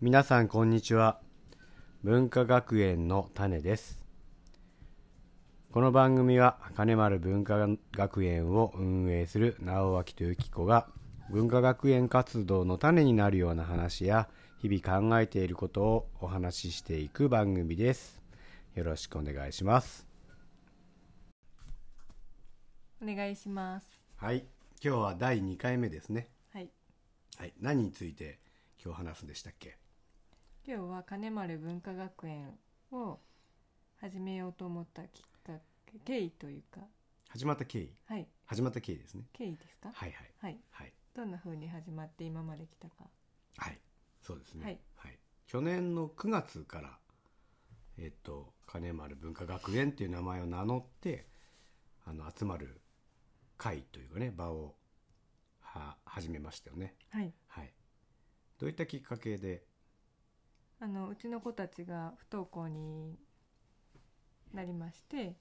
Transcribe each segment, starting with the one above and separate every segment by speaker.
Speaker 1: 皆さんこんにちは文化学園の種ですこの番組は金丸文化学園を運営する直脇とゆき子が文化学園活動の種になるような話や日々考えていることをお話ししていく番組ですよろしくお願いします
Speaker 2: お願いします
Speaker 1: はい今日は第2回目ですね
Speaker 2: はい
Speaker 1: はい何について今日話すんでしたっけ
Speaker 2: 今日は金丸文化学園を始めようと思ったきっかけ経緯というか
Speaker 1: 始まった経緯
Speaker 2: はい
Speaker 1: 始まった経緯ですね
Speaker 2: 経緯ですか
Speaker 1: はいはい
Speaker 2: はい
Speaker 1: はい
Speaker 2: どんな風に始まって今まで来たか
Speaker 1: はいそうですね
Speaker 2: はい、
Speaker 1: 去年の9月からえっと金丸文化学園っていう名前を名乗ってあの集まる会というかね場をは始めましたよね
Speaker 2: はい
Speaker 1: はいどういったきっかけで
Speaker 2: あのうちの子たちが不登校になりまして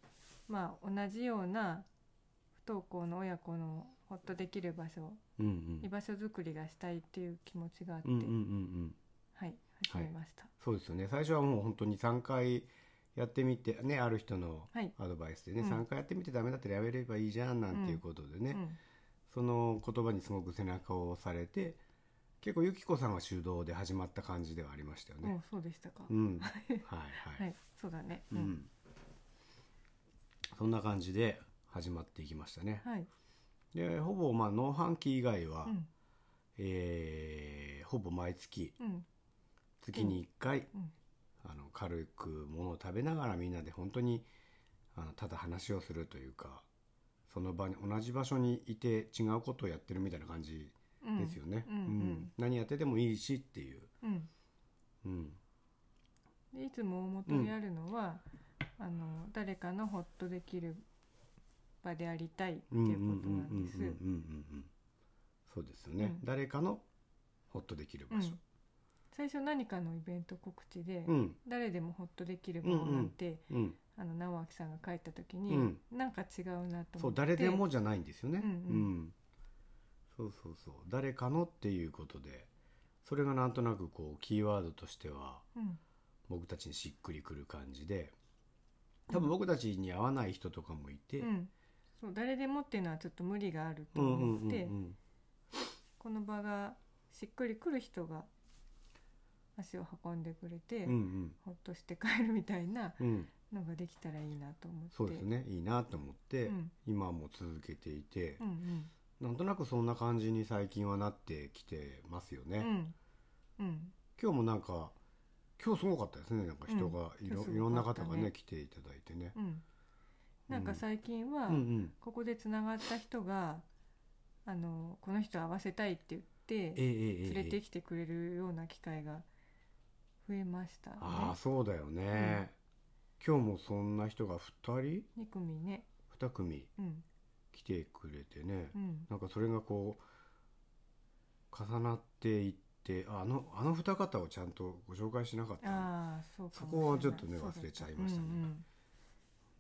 Speaker 2: まあ同じような不登校の親子のほっとできる場所
Speaker 1: うんう
Speaker 2: 居
Speaker 1: ん
Speaker 2: 場所づくりがしたいっていう気持ちがあって、
Speaker 1: うんうんうんうん
Speaker 2: はい始めました
Speaker 1: そうですよね最初はもう本当に3回やってみてねある人の
Speaker 2: はい、
Speaker 1: アドバイスでね、
Speaker 2: うん
Speaker 1: 3回やってみてダメだったらやめればいいじゃんなんていうことでね、
Speaker 2: うん
Speaker 1: その言葉にすごく背中を押されて結構ゆきこさんが主導で始まった感じではありましたよ
Speaker 2: も
Speaker 1: ね。
Speaker 2: うそうでしたか、
Speaker 1: うん、 はいはい、
Speaker 2: はい、そうだね。
Speaker 1: う。ん、そんな感じで始まっていきましたね。
Speaker 2: はい。
Speaker 1: でほぼまあ農飯期以外は、
Speaker 2: うん。
Speaker 1: えーほぼ毎月
Speaker 2: うん。
Speaker 1: 月に1回、
Speaker 2: うん
Speaker 1: あの軽くものを食べながらみんなで本当にあのただ話をするというかその場に同じ場所にいて違うことをやってるみたいな感じ
Speaker 2: うん。
Speaker 1: ですよね、
Speaker 2: うんうん
Speaker 1: 何やっててもいいしっていう、
Speaker 2: うん。
Speaker 1: うん、
Speaker 2: でいつも大元にあるのは、あの誰かのホッとできる場でありたいって
Speaker 1: うんうん
Speaker 2: いううことなん
Speaker 1: うん
Speaker 2: んです。
Speaker 1: うんうんうんうんそうですよね、
Speaker 2: うん
Speaker 1: 誰かのホッとできる
Speaker 2: う
Speaker 1: 場所
Speaker 2: ん。最初何かのイベント告知で、
Speaker 1: うん
Speaker 2: 誰でもホッとできる場なんて、
Speaker 1: うん
Speaker 2: あの直明さんが書いた時に、
Speaker 1: うん
Speaker 2: なんか違うなと思って。
Speaker 1: そう誰でもじゃないんですよね
Speaker 2: うんうん
Speaker 1: うんそうそうそう誰かのっていうことでそれがなんとなくこうキーワードとしては
Speaker 2: うん。
Speaker 1: 僕たちにしっくりくる感じで多分僕たちに合わない人とかもいて、
Speaker 2: うん。そう誰でもっていうのはちょっと無理があると
Speaker 1: うんうん
Speaker 2: 思
Speaker 1: うん
Speaker 2: っ
Speaker 1: う
Speaker 2: て、
Speaker 1: ん
Speaker 2: この場がしっくりくる人が足を運んでくれて、
Speaker 1: うんうん
Speaker 2: ほっとして帰るみたいな
Speaker 1: うん
Speaker 2: のができたらいいなと思って
Speaker 1: そうですねいいなと思って、
Speaker 2: うん
Speaker 1: 今も続けていて
Speaker 2: う、ん
Speaker 1: なんとなくそんな感じに最近はなってきてますよね、
Speaker 2: うんうんうん
Speaker 1: 今日もなんか今日すごかったですねなんか人がいろ,、
Speaker 2: うん
Speaker 1: いろんな方が
Speaker 2: 今日すごかったね
Speaker 1: ね来ていただいてね、
Speaker 2: うんなんか最近
Speaker 1: う
Speaker 2: は、
Speaker 1: んうん、
Speaker 2: ここでつながった人があのこの人会わせたいって言っ
Speaker 1: ええ
Speaker 2: て
Speaker 1: ええ
Speaker 2: 連
Speaker 1: え
Speaker 2: れて
Speaker 1: え
Speaker 2: きてくれるような機会が増えましたね
Speaker 1: ああそうだよね、今日もそんな人が2人
Speaker 2: 2組ね
Speaker 1: 2組
Speaker 2: うん
Speaker 1: 来てくれてね、
Speaker 2: うん
Speaker 1: なんかそれがこう重なっていってああのあの二方をちゃんとご紹介しなかったな
Speaker 2: ああそうかもしれない
Speaker 1: そこはちょっとね
Speaker 2: そうだた
Speaker 1: 忘れちゃいましたね
Speaker 2: うん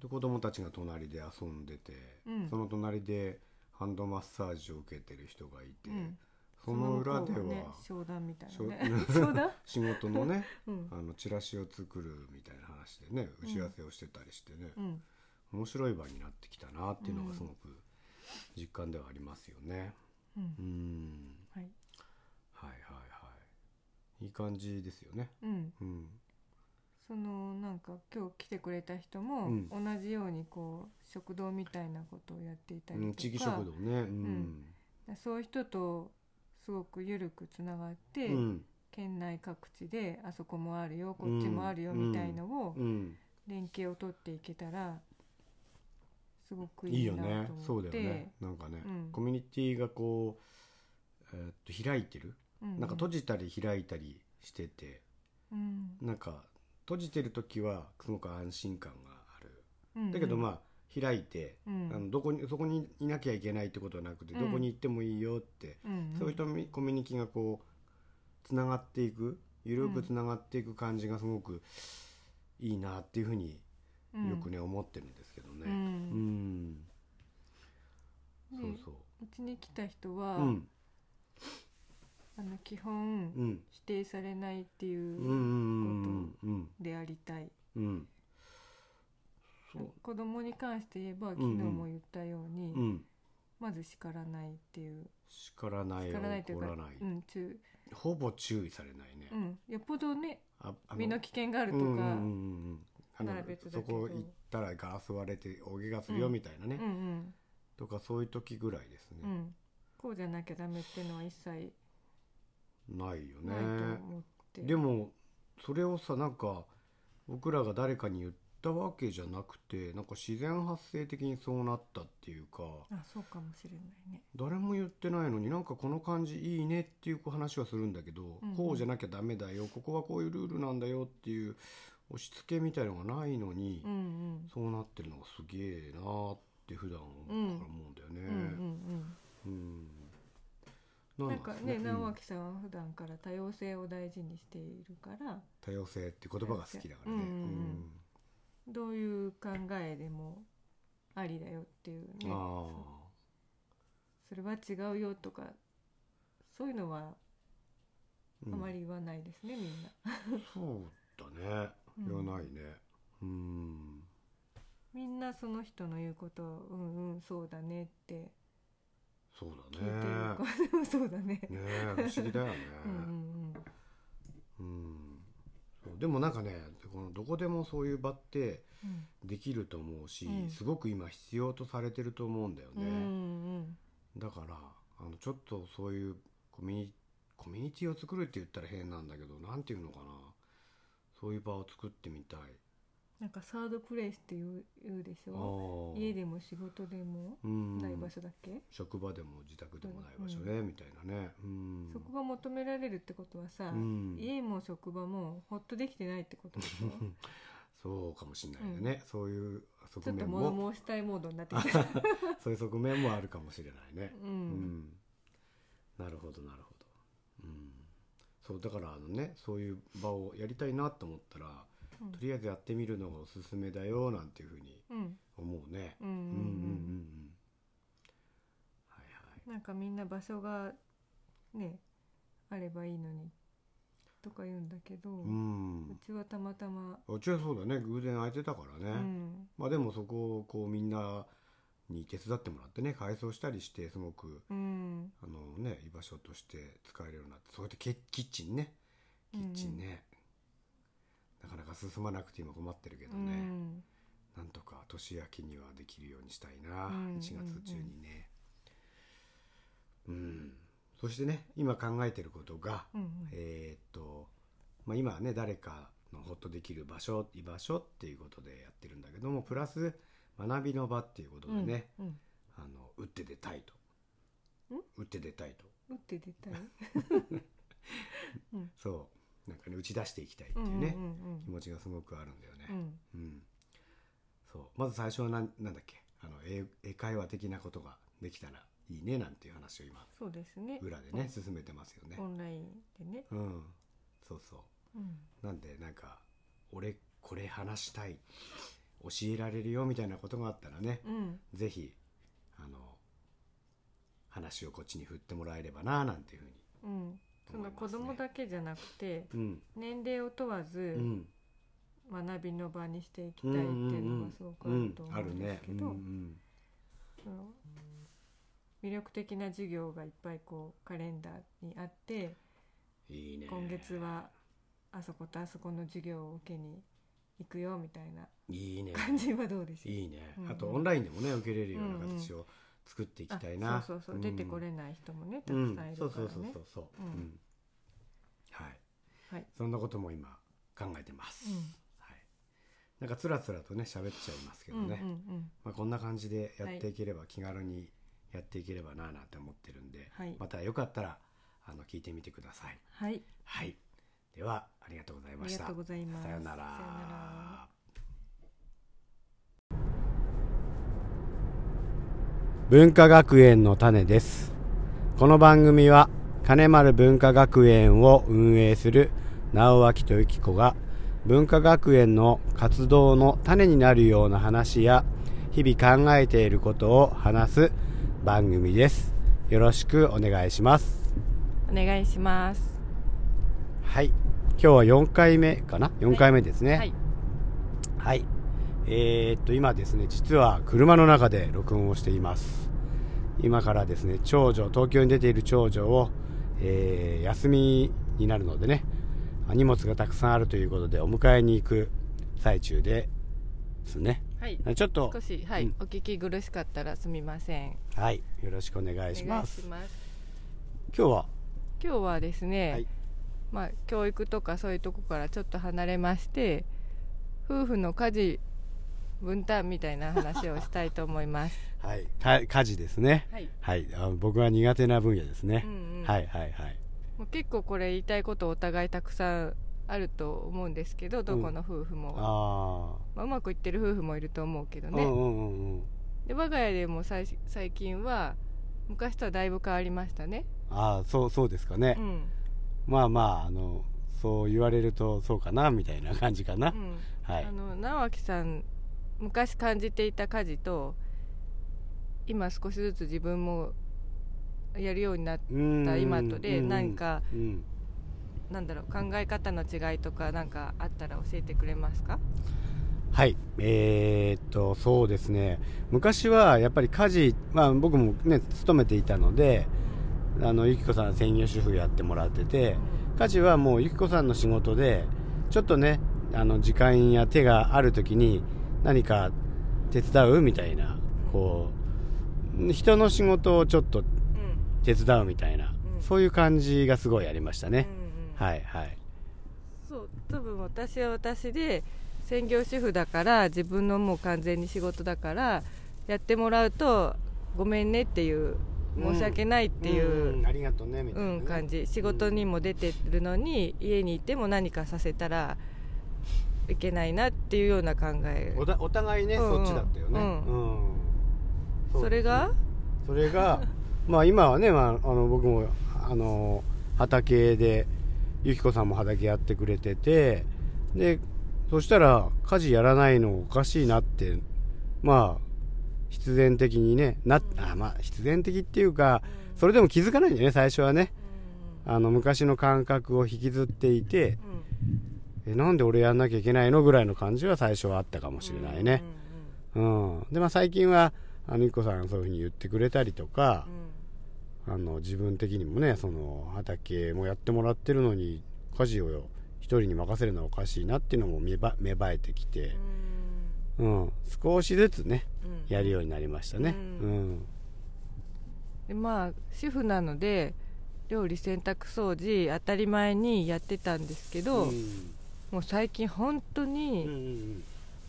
Speaker 1: で子供たちが隣で遊んでて、
Speaker 2: うん
Speaker 1: その隣でハンドマッサージを受けてる人がいて、
Speaker 2: うんうん
Speaker 1: その裏で
Speaker 2: そ
Speaker 1: は
Speaker 2: の向こうね商談みたい
Speaker 1: しょ
Speaker 2: なね 商談
Speaker 1: 仕事のね
Speaker 2: うん
Speaker 1: あのチラシを作るみたいな話でね打ち合わせをしてたりしてね、
Speaker 2: うん
Speaker 1: 面白い場になってきたなっていうのがすごく実感ではありますよね。
Speaker 2: う
Speaker 1: うんん
Speaker 2: はい
Speaker 1: はいはいはいいい感じですよね。
Speaker 2: うん
Speaker 1: うん
Speaker 2: そのなんか今日来てくれた人も
Speaker 1: うん
Speaker 2: 同じようにこう食堂みたいなことをやっていた
Speaker 1: うん
Speaker 2: り
Speaker 1: 地域
Speaker 2: と
Speaker 1: 食
Speaker 2: か
Speaker 1: 堂ねうん、
Speaker 2: そういう人とすごく緩くつながっ
Speaker 1: う
Speaker 2: て
Speaker 1: ん
Speaker 2: 県内各地であそこもあるよこっちもあるよみたいのを
Speaker 1: うん
Speaker 2: 連携を取っていけたらすごく
Speaker 1: い
Speaker 2: い
Speaker 1: い
Speaker 2: い
Speaker 1: よ
Speaker 2: な
Speaker 1: ね
Speaker 2: と
Speaker 1: そ
Speaker 2: 思
Speaker 1: う
Speaker 2: っ
Speaker 1: だ
Speaker 2: て
Speaker 1: よねなんかね、
Speaker 2: うん
Speaker 1: コミュニティがこう、えーっと開いてる
Speaker 2: う
Speaker 1: なんか閉
Speaker 2: じ
Speaker 1: じたり開いたりしてて、
Speaker 2: うん
Speaker 1: なんか閉じてる時はすごく安心感がある
Speaker 2: うん
Speaker 1: だけどまあ開いて、
Speaker 2: うん
Speaker 1: あのどこにそこにいなきゃいけないってことはなくて、
Speaker 2: うん
Speaker 1: どこに行ってもいいよって、
Speaker 2: うん
Speaker 1: そういう人みコミュニティがこうつながっていく緩くつながっていく感じがすごくいいなっていうふうに
Speaker 2: うん
Speaker 1: よくね、思ってるんですけどね。う
Speaker 2: う
Speaker 1: んん。
Speaker 2: で
Speaker 1: そうそう
Speaker 2: ちに来た人
Speaker 1: う。
Speaker 2: は
Speaker 1: うん。
Speaker 2: あの基本
Speaker 1: うん
Speaker 2: 否定されないって
Speaker 1: う
Speaker 2: い
Speaker 1: んうん
Speaker 2: う
Speaker 1: うんうん
Speaker 2: でありたい、
Speaker 1: うんそう
Speaker 2: 子供に関して言えば
Speaker 1: ん
Speaker 2: 昨日も言ったように、
Speaker 1: うん
Speaker 2: まず叱らないっていう
Speaker 1: 叱らない
Speaker 2: 叱らないとい
Speaker 1: 怒
Speaker 2: うから
Speaker 1: ない、
Speaker 2: うん注
Speaker 1: ほぼ注意されないね、
Speaker 2: うん、よっぽどね
Speaker 1: ああ
Speaker 2: 身の危険があるとか、
Speaker 1: う
Speaker 2: うん
Speaker 1: うんうん
Speaker 2: ん
Speaker 1: うんうんあの
Speaker 2: なら別だ
Speaker 1: そ
Speaker 2: けど
Speaker 1: こ行ったらガラス割れて大怪我するよみたいなね、
Speaker 2: うんうん
Speaker 1: とかそういう時ぐらいですね、
Speaker 2: こうじゃなきゃダメっていうのは一切
Speaker 1: ないよ
Speaker 2: ない
Speaker 1: ね
Speaker 2: と思って、
Speaker 1: でもそれをさなんか僕らが誰かに言ったわけじゃなくてなんか自然発生的にそうなったっていうか
Speaker 2: あそうかもしれないね
Speaker 1: 誰も言ってないのになんかこの感じいいねっていう話はするんだけど、
Speaker 2: うんうん
Speaker 1: こうじゃなきゃダメだよここはこういうルールなんだよっていう押し付けみたいのがないのに、
Speaker 2: うんうん
Speaker 1: そうなってるのがすげえなーって普段
Speaker 2: うん
Speaker 1: から思うんだよね。
Speaker 2: うんうん
Speaker 1: うん
Speaker 2: うん、
Speaker 1: な
Speaker 2: なんんか
Speaker 1: です
Speaker 2: ね直
Speaker 1: うん
Speaker 2: 明さんは普段から多様性を大事にしているから
Speaker 1: 多様性って言葉が好きだからね。
Speaker 2: うんうんうんどういう考えでもありだよっていう
Speaker 1: う
Speaker 2: ね
Speaker 1: ん
Speaker 2: そ
Speaker 1: あ
Speaker 2: それは違うよとかそういうのは
Speaker 1: ーうん
Speaker 2: あまり言わないですね、みんな。
Speaker 1: そうだね
Speaker 2: うん
Speaker 1: 言わないねうん
Speaker 2: みんなその人の言うことをうんうんそうだねって
Speaker 1: そう
Speaker 2: 聞
Speaker 1: だ
Speaker 2: いて
Speaker 1: ね
Speaker 2: るから そうだね。
Speaker 1: ねえ不思議だよね
Speaker 2: うんうん
Speaker 1: うんそうでもなんかねこのどこでもそういう場って
Speaker 2: うん
Speaker 1: できると思うし、
Speaker 2: うん
Speaker 1: すごく今必要とされてると思うんだよ
Speaker 2: うん
Speaker 1: ね、
Speaker 2: うん
Speaker 1: だからあのちょっとそういうコミュニコミュニティを作るって言ったら変なんだけどなんていうのかなそういう場を作ってみたい
Speaker 2: なんかサードプレイスって言う言うでし
Speaker 1: あ
Speaker 2: ょ
Speaker 1: ー
Speaker 2: 家でも仕事でも
Speaker 1: うん
Speaker 2: ない場所だっけ、
Speaker 1: 職場でも自宅でもない場所ね、みたいなねうん
Speaker 2: そこが求められるってことはさ、
Speaker 1: うん
Speaker 2: 家も職場もほっとできてないってことでしょ
Speaker 1: そうかもしれないよね、そういう側
Speaker 2: ちょっと
Speaker 1: 面も
Speaker 2: 物申したいモードになってきた、
Speaker 1: そういう側面もあるかもしれないね
Speaker 2: う、
Speaker 1: うんんなるほどなるほどうんそうだからあのねそういう場をやりたいなと思ったら
Speaker 2: うん
Speaker 1: とりあえずやってみるのがおすすめだよなんていうふうに
Speaker 2: うん
Speaker 1: 思うね
Speaker 2: うんうんうん
Speaker 1: うんうんうんうんはいはい
Speaker 2: なんかみんな場所がねあればいいのにとか言うんだけど、う
Speaker 1: うん
Speaker 2: ちはたまたま、
Speaker 1: うちはそうだね偶然空いてたからね、
Speaker 2: うん
Speaker 1: まあでもそこをこうみんなに手伝ってもらってね改装したりしてすごく
Speaker 2: うん、
Speaker 1: あのね居場所として使えるようになってそうやってキキッチンねキッチンね、なかなか進まなくて今困ってるけど
Speaker 2: う
Speaker 1: ね、
Speaker 2: ん
Speaker 1: なんとか年明けにはできるようにしたいな、
Speaker 2: うんうんうん
Speaker 1: 1月中にねうん、そしてね今考えてることが、
Speaker 2: うんうん
Speaker 1: えーっと、まあ、今はね誰かのほっとできる場所居場所っていうことでやってるんだけどもプラス学びの場っていうことでね、
Speaker 2: うん
Speaker 1: あの打って出たいと
Speaker 2: ん
Speaker 1: 打って出たいと
Speaker 2: 打って出たい
Speaker 1: そうなんかね打ち出していきたいっていうね、
Speaker 2: うんうん
Speaker 1: 気持ちがすごくあるんだよね、
Speaker 2: うんうん
Speaker 1: うん、そうまず最初はなんなんだっけあの英英会話的なことができたらいいねなんていう話を今
Speaker 2: そうですね
Speaker 1: 裏でね進めてますよね
Speaker 2: オンラインでね、
Speaker 1: うんそうそ
Speaker 2: うん
Speaker 1: うなんでなんか俺これ話したい教えられるよみたいなことがあったらね
Speaker 2: うん、
Speaker 1: 是非あの話をこっちに振ってもらえればななんていうふうに
Speaker 2: うん、そ
Speaker 1: 思いま
Speaker 2: の子
Speaker 1: すね
Speaker 2: 供だけじゃなくて
Speaker 1: うん
Speaker 2: 年齢を問わ
Speaker 1: う
Speaker 2: ず
Speaker 1: ん
Speaker 2: 学びの場にしていきたいっていうのがすごくあると
Speaker 1: あ
Speaker 2: 思う
Speaker 1: る
Speaker 2: んで
Speaker 1: ね
Speaker 2: す
Speaker 1: う
Speaker 2: け
Speaker 1: んう
Speaker 2: ど
Speaker 1: ん
Speaker 2: その魅力的な授業がいっぱいこうカレンダーにあって
Speaker 1: いいね
Speaker 2: 今月はあそことあそこの授業を受けに行くよみたいない
Speaker 1: いね
Speaker 2: 感じはどうでしょう
Speaker 1: いいね、
Speaker 2: うん
Speaker 1: あとオンラインでもね受けれるような形を作っていきたいな、
Speaker 2: あそうそうそう、出てこ
Speaker 1: れ
Speaker 2: れない人もねたくさんいるからね、
Speaker 1: そうそうそうそうそう、
Speaker 2: うん
Speaker 1: うんはい、
Speaker 2: はい
Speaker 1: そんなことも今考えてます、
Speaker 2: うん
Speaker 1: はい、なんかつらつらとね喋っちゃいますけどね、
Speaker 2: うんうんうん
Speaker 1: まあ、こんな感じでやっていければ気軽にやっていければなあなんて思ってるんで、
Speaker 2: はい
Speaker 1: またよかったらあの聞いてみてください
Speaker 2: はい
Speaker 1: はいではありがとうござい
Speaker 2: あ
Speaker 1: ま
Speaker 2: り
Speaker 1: し
Speaker 2: が
Speaker 1: た
Speaker 2: とうございます
Speaker 1: さよなら
Speaker 2: さよなら
Speaker 1: 文化学園の種ですこの番組は金丸文化学園を運営する直脇とゆき子が文化学園の活動の種になるような話や日々考えていることを話す番組ですよろしくお願いします
Speaker 2: お願いします。
Speaker 1: はい今日は4回目かな4回目ですね
Speaker 2: はい。
Speaker 1: はい。えーっと、今ですね、実は車の中で録音をしています。今からですね、長女、東京に出ている長女を、えー休みになるのでね、あ荷物がたくさんあるということで、お迎えに行く最中ですね。
Speaker 2: はい。
Speaker 1: ちょっと
Speaker 2: 少、し、はい、
Speaker 1: うん
Speaker 2: お聞き苦しかったらすみません。
Speaker 1: はい、よろしくお願
Speaker 2: お
Speaker 1: いします。
Speaker 2: ます
Speaker 1: 今日は、
Speaker 2: 今日はですね、
Speaker 1: はい
Speaker 2: まあ教育とかそういうとこからちょっと離れまして、夫婦の家事分担みたいな話をしたいと思います。
Speaker 1: はい、か家事ですね。
Speaker 2: はい。
Speaker 1: はい、あ僕は苦手な分野ですね
Speaker 2: う。んうん。
Speaker 1: はいはいはい。
Speaker 2: もう結構これ言いたいことお互いたくさんあると思うんですけど、どこの夫婦も、
Speaker 1: あ
Speaker 2: まあうまくいってる夫婦もいると思うけど
Speaker 1: あ、
Speaker 2: ね。
Speaker 1: うんうんうんうん。
Speaker 2: で我が家でも最最近は昔とはだいぶ変わりましたね。
Speaker 1: ああ、そう、そうですかね。
Speaker 2: うん。
Speaker 1: まあまああのそう言われるとそうかなみたいな感じかな、
Speaker 2: うん。
Speaker 1: はい
Speaker 2: あの直樹さん昔感じていた家事と今少しずつ自分もやるようになっ
Speaker 1: うーん
Speaker 2: た今とで
Speaker 1: うん
Speaker 2: 何か
Speaker 1: うん
Speaker 2: なんだろう考え方の違いとか何かあったら教えてくれますか、
Speaker 1: はいえーっとそうですね昔はやっぱり家事、まあ、僕もね勤めていたのであのゆきこさん専業主婦やってもらってて家事はもうゆきこさんの仕事でちょっとねあの時間や手がある時に何か手伝うみたいなこう人の仕事をちょっと
Speaker 2: うん
Speaker 1: 手伝うみたいな、
Speaker 2: うん
Speaker 1: そういう感じがすごいありましたね、
Speaker 2: うんうん
Speaker 1: はいはい
Speaker 2: そう多分私は私で専業主婦だから自分のもう完全に仕事だからやってもらうとごめんねっていう
Speaker 1: うん
Speaker 2: 申し訳ないっていう、
Speaker 1: んありがとうねみた
Speaker 2: う
Speaker 1: いな、
Speaker 2: ん感じ仕事にも出てるのに家にいても何かさせたらいけないなっていうような考え
Speaker 1: おたお互いね、
Speaker 2: うんうん
Speaker 1: そっちだったよね、
Speaker 2: うん
Speaker 1: うんうですね
Speaker 2: それが
Speaker 1: それ がまあ今はね、まあ、あの僕もあの畑でゆきこさんも畑やってくれててでそしたら家事やらないのおかしいなってまあ必然的にねなあまあ必然的っていうかそれでも気づかないんだよね最初はねあの昔の感覚を引きずっていて
Speaker 2: うんうん
Speaker 1: えなんで俺やんなきゃいけないのぐらいの感じは最初はあったかもしれないね、うんでまあ最近はあのゆきこさんがそういうふうに言ってくれたりとか
Speaker 2: うん、
Speaker 1: あの自分的にもねその畑もやってもらってるのに家事を一人に任せるのはおかしいなっていうのも芽ば芽生えてきて、うん、少しずつね
Speaker 2: うんうん
Speaker 1: やるようになりましたねう、
Speaker 2: うんでまあ主婦なので料理洗濯掃除当たり前にやってたんですけど、
Speaker 1: うん
Speaker 2: もう最近本当
Speaker 1: うんうん
Speaker 2: に
Speaker 1: うん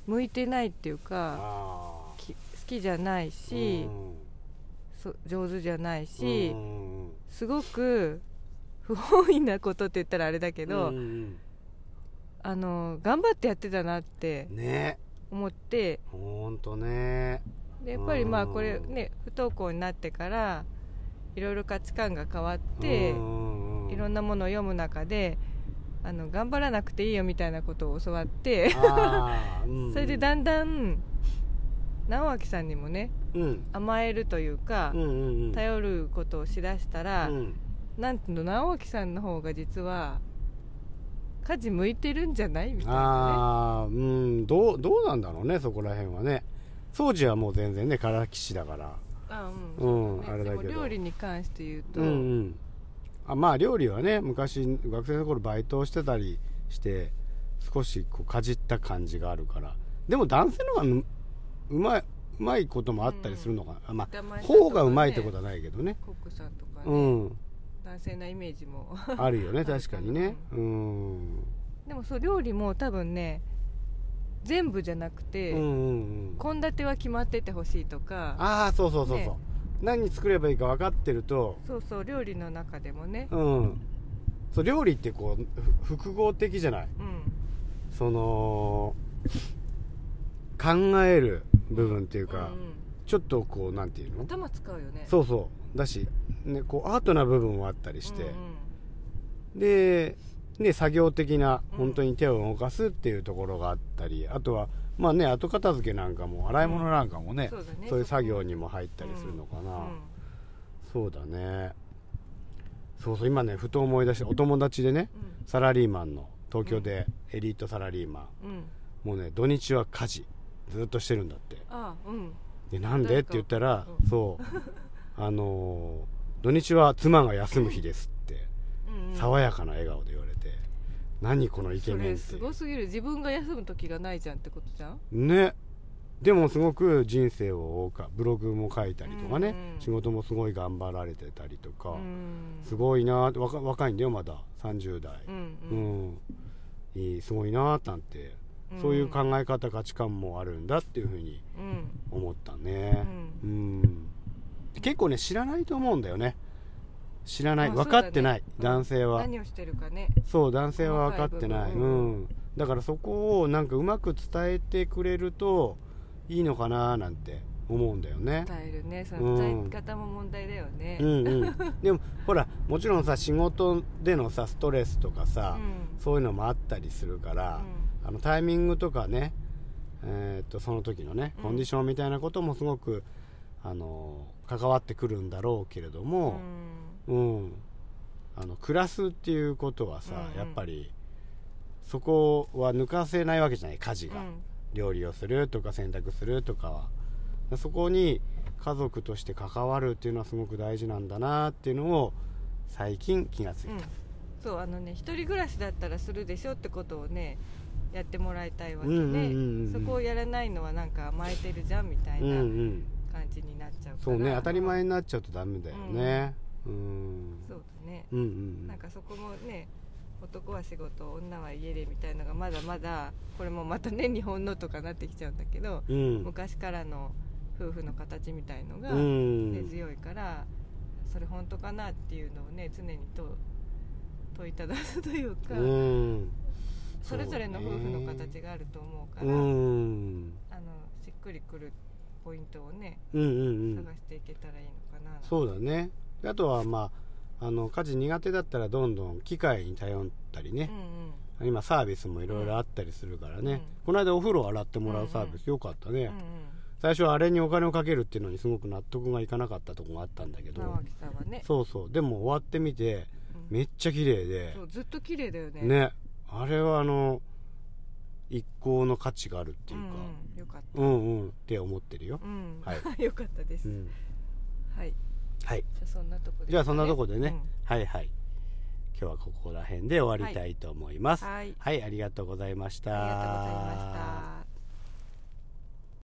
Speaker 2: 向いてないっていうか、
Speaker 1: あー
Speaker 2: き好きじゃないし、そ上手じゃないし、
Speaker 1: うんうんうん
Speaker 2: すごく不本意なことって言ったらあれだけど、
Speaker 1: うんうん
Speaker 2: あの頑張ってやってたなって
Speaker 1: うんね
Speaker 2: 思って
Speaker 1: ほんとね
Speaker 2: でやっぱりまあ
Speaker 1: うん
Speaker 2: これね不登校になってからいろいろ価値観が変わって。いろん
Speaker 1: な
Speaker 2: なものを読む中であの頑張らなくていいよみたいなことを教わって、 それでだ
Speaker 1: ん
Speaker 2: んだん直明さんにもね
Speaker 1: うん
Speaker 2: 甘えるというか、
Speaker 1: うんうんうん
Speaker 2: 頼ることをしだしたら、
Speaker 1: うん
Speaker 2: なんていうの直明さんの方が実は家事向いてるんじゃないみたいな
Speaker 1: ああうんどうどうなんだろうねそこら辺はね掃除はもう全然ねからきしだから
Speaker 2: ねあ
Speaker 1: う、
Speaker 2: うんね
Speaker 1: あれだけ
Speaker 2: で
Speaker 1: ど
Speaker 2: も料理に関して言うと、
Speaker 1: うんうんあまあ料理はね昔学生の頃バイトをしてたりして少しこうかじった感じがあるからでも男性の方がううまいうまいこともあったりするのかな、あま
Speaker 2: 板前
Speaker 1: あ
Speaker 2: さんとかね
Speaker 1: 方がうまいってことはないけどね
Speaker 2: コックさんとかね、
Speaker 1: うん
Speaker 2: 男性なイメージも
Speaker 1: あるよね確かにねうん
Speaker 2: でもそう料理も多分ね全部じゃなくて、
Speaker 1: うんうんうん
Speaker 2: 献立は決まっててほしいとか
Speaker 1: ああそうそうそうそう、
Speaker 2: ね
Speaker 1: 何作ればいいか分かってると
Speaker 2: そうそう料理の中でもね
Speaker 1: うんそう料理ってこうふ複合的じゃない
Speaker 2: うん
Speaker 1: その考える部分っていうか、
Speaker 2: うん
Speaker 1: ちょっとこうなんていうの
Speaker 2: 頭使うよねう
Speaker 1: そうそうだし、ね、こうアートな部分もあったりして、
Speaker 2: んうん
Speaker 1: でね作業的な
Speaker 2: うん
Speaker 1: 本当に手を動かすっていうところがあったり、あとはまあね後片付けなんかも洗い物なんかもね,、
Speaker 2: そうだね
Speaker 1: そういう作業にも入ったりするのかな、
Speaker 2: うん
Speaker 1: そうだねそうそう今ねふと思い出してお友達でねサラリーマンの東京でエリートサラリーマン、
Speaker 2: うん、うん、
Speaker 1: もうね土日は家事ずっとしてるんだって
Speaker 2: ああうん
Speaker 1: でなんで
Speaker 2: なん
Speaker 1: っ
Speaker 2: か
Speaker 1: て言ったら、
Speaker 2: うん
Speaker 1: そうあのー土日は妻が休む日ですって
Speaker 2: うんうん
Speaker 1: 爽やかな笑顔で言われて、何このイケ
Speaker 2: そ
Speaker 1: メン
Speaker 2: れ
Speaker 1: っ
Speaker 2: す
Speaker 1: て
Speaker 2: ごすぎる自分が休む時がないじゃんってことじゃん
Speaker 1: ねでもすごく人生を謳歌ブログも書いたりとかね、
Speaker 2: うんうん
Speaker 1: 仕事もすごい頑張られてたりとか、
Speaker 2: うん
Speaker 1: すごいな若若いんだよまだ30代
Speaker 2: うん
Speaker 1: う
Speaker 2: うん
Speaker 1: ん、いいすごいななんて、
Speaker 2: うん
Speaker 1: そういう考え方価値観もあるんだっていうふうに
Speaker 2: うん
Speaker 1: 思った
Speaker 2: う
Speaker 1: ねう
Speaker 2: ん
Speaker 1: ん結構ね知らないと思うんだよね知らない
Speaker 2: あ
Speaker 1: 分かってない、
Speaker 2: そうだね
Speaker 1: 男性は
Speaker 2: 何をしてるかね
Speaker 1: そう男性は分かってない、
Speaker 2: 細かいう部
Speaker 1: ん
Speaker 2: 分
Speaker 1: だからそこをなんかうまく伝えてくれるといいのかななんて思うんだよね
Speaker 2: 伝えるねそ
Speaker 1: うん
Speaker 2: の伝え方も問題だよね
Speaker 1: うんうんでもほらもちろんさ仕事でのさストレスとかさ、そういうのもあったりするから、あのタイミングとかね、えーっとその時のね
Speaker 2: うん
Speaker 1: コンディションみたいなこともすごく、あの関わってくるんだろうけれど
Speaker 2: うん
Speaker 1: も、うんあの暮らすっていうことはさ、
Speaker 2: うんう
Speaker 1: や
Speaker 2: ん
Speaker 1: っぱりそこは抜かせないわけじゃない家事
Speaker 2: うん
Speaker 1: が、料理をするとか洗濯するとかはそこに家族として関わるっていうのはすごく大事なんだなっていうのを最近気がついた、
Speaker 2: うんそうあのね一人暮らしだったらするでしょってことをねやってもらいたいわけで、
Speaker 1: うんうんうんうん
Speaker 2: そこをやらないのはなんか甘えてるじゃんみたい
Speaker 1: うんう
Speaker 2: なん感じになっちゃうから、
Speaker 1: そうね当たり前になっちゃうとダメだよねうん、
Speaker 2: そうだね
Speaker 1: うんうん
Speaker 2: なんかそこもね男は仕事女は家でみたいのがまだまだこれもまたね日本のとかなってきちゃうんだけど、
Speaker 1: うん
Speaker 2: 昔からの夫婦の形みたいのが
Speaker 1: う
Speaker 2: 根
Speaker 1: ん
Speaker 2: 強いから、それ本当かなっていうのをね常にと問いただすというか、
Speaker 1: うん
Speaker 2: それぞれの夫婦の形があると思うか
Speaker 1: う
Speaker 2: ら、
Speaker 1: ん
Speaker 2: あのしっくりくるポイントをね
Speaker 1: うんうんうん
Speaker 2: 探していけたらいいのかな、
Speaker 1: そうだねあとはまああの家事苦手だったらどんどん機械に頼ったり
Speaker 2: う
Speaker 1: ね、
Speaker 2: ん
Speaker 1: 今サービスもいろいろあったりするからね、
Speaker 2: うん
Speaker 1: この間お風呂洗ってもらうサービスよかったね、
Speaker 2: うんうん
Speaker 1: 最初はあれにお金をかけるっていうのにすごく納得がいかなかったとこがあったんだけ
Speaker 2: うん
Speaker 1: ど
Speaker 2: 直樹さんはね
Speaker 1: そうそうでも終わってみて
Speaker 2: うん
Speaker 1: めっちゃ綺麗で
Speaker 2: そうずっと綺麗だよね
Speaker 1: ねあれはあの一向の価値があるっていうか、
Speaker 2: うんうんよかっ
Speaker 1: うんうんって思ってるよ
Speaker 2: た、うん
Speaker 1: は
Speaker 2: よかったです、
Speaker 1: うん
Speaker 2: はい
Speaker 1: はい
Speaker 2: じゃあそんなとこですかね、
Speaker 1: じゃあそんなとこでね、
Speaker 2: うん
Speaker 1: はいはい今日はここら辺で終わりたいと思います、
Speaker 2: はい
Speaker 1: はい、ありがとうございました
Speaker 2: ありがとうございました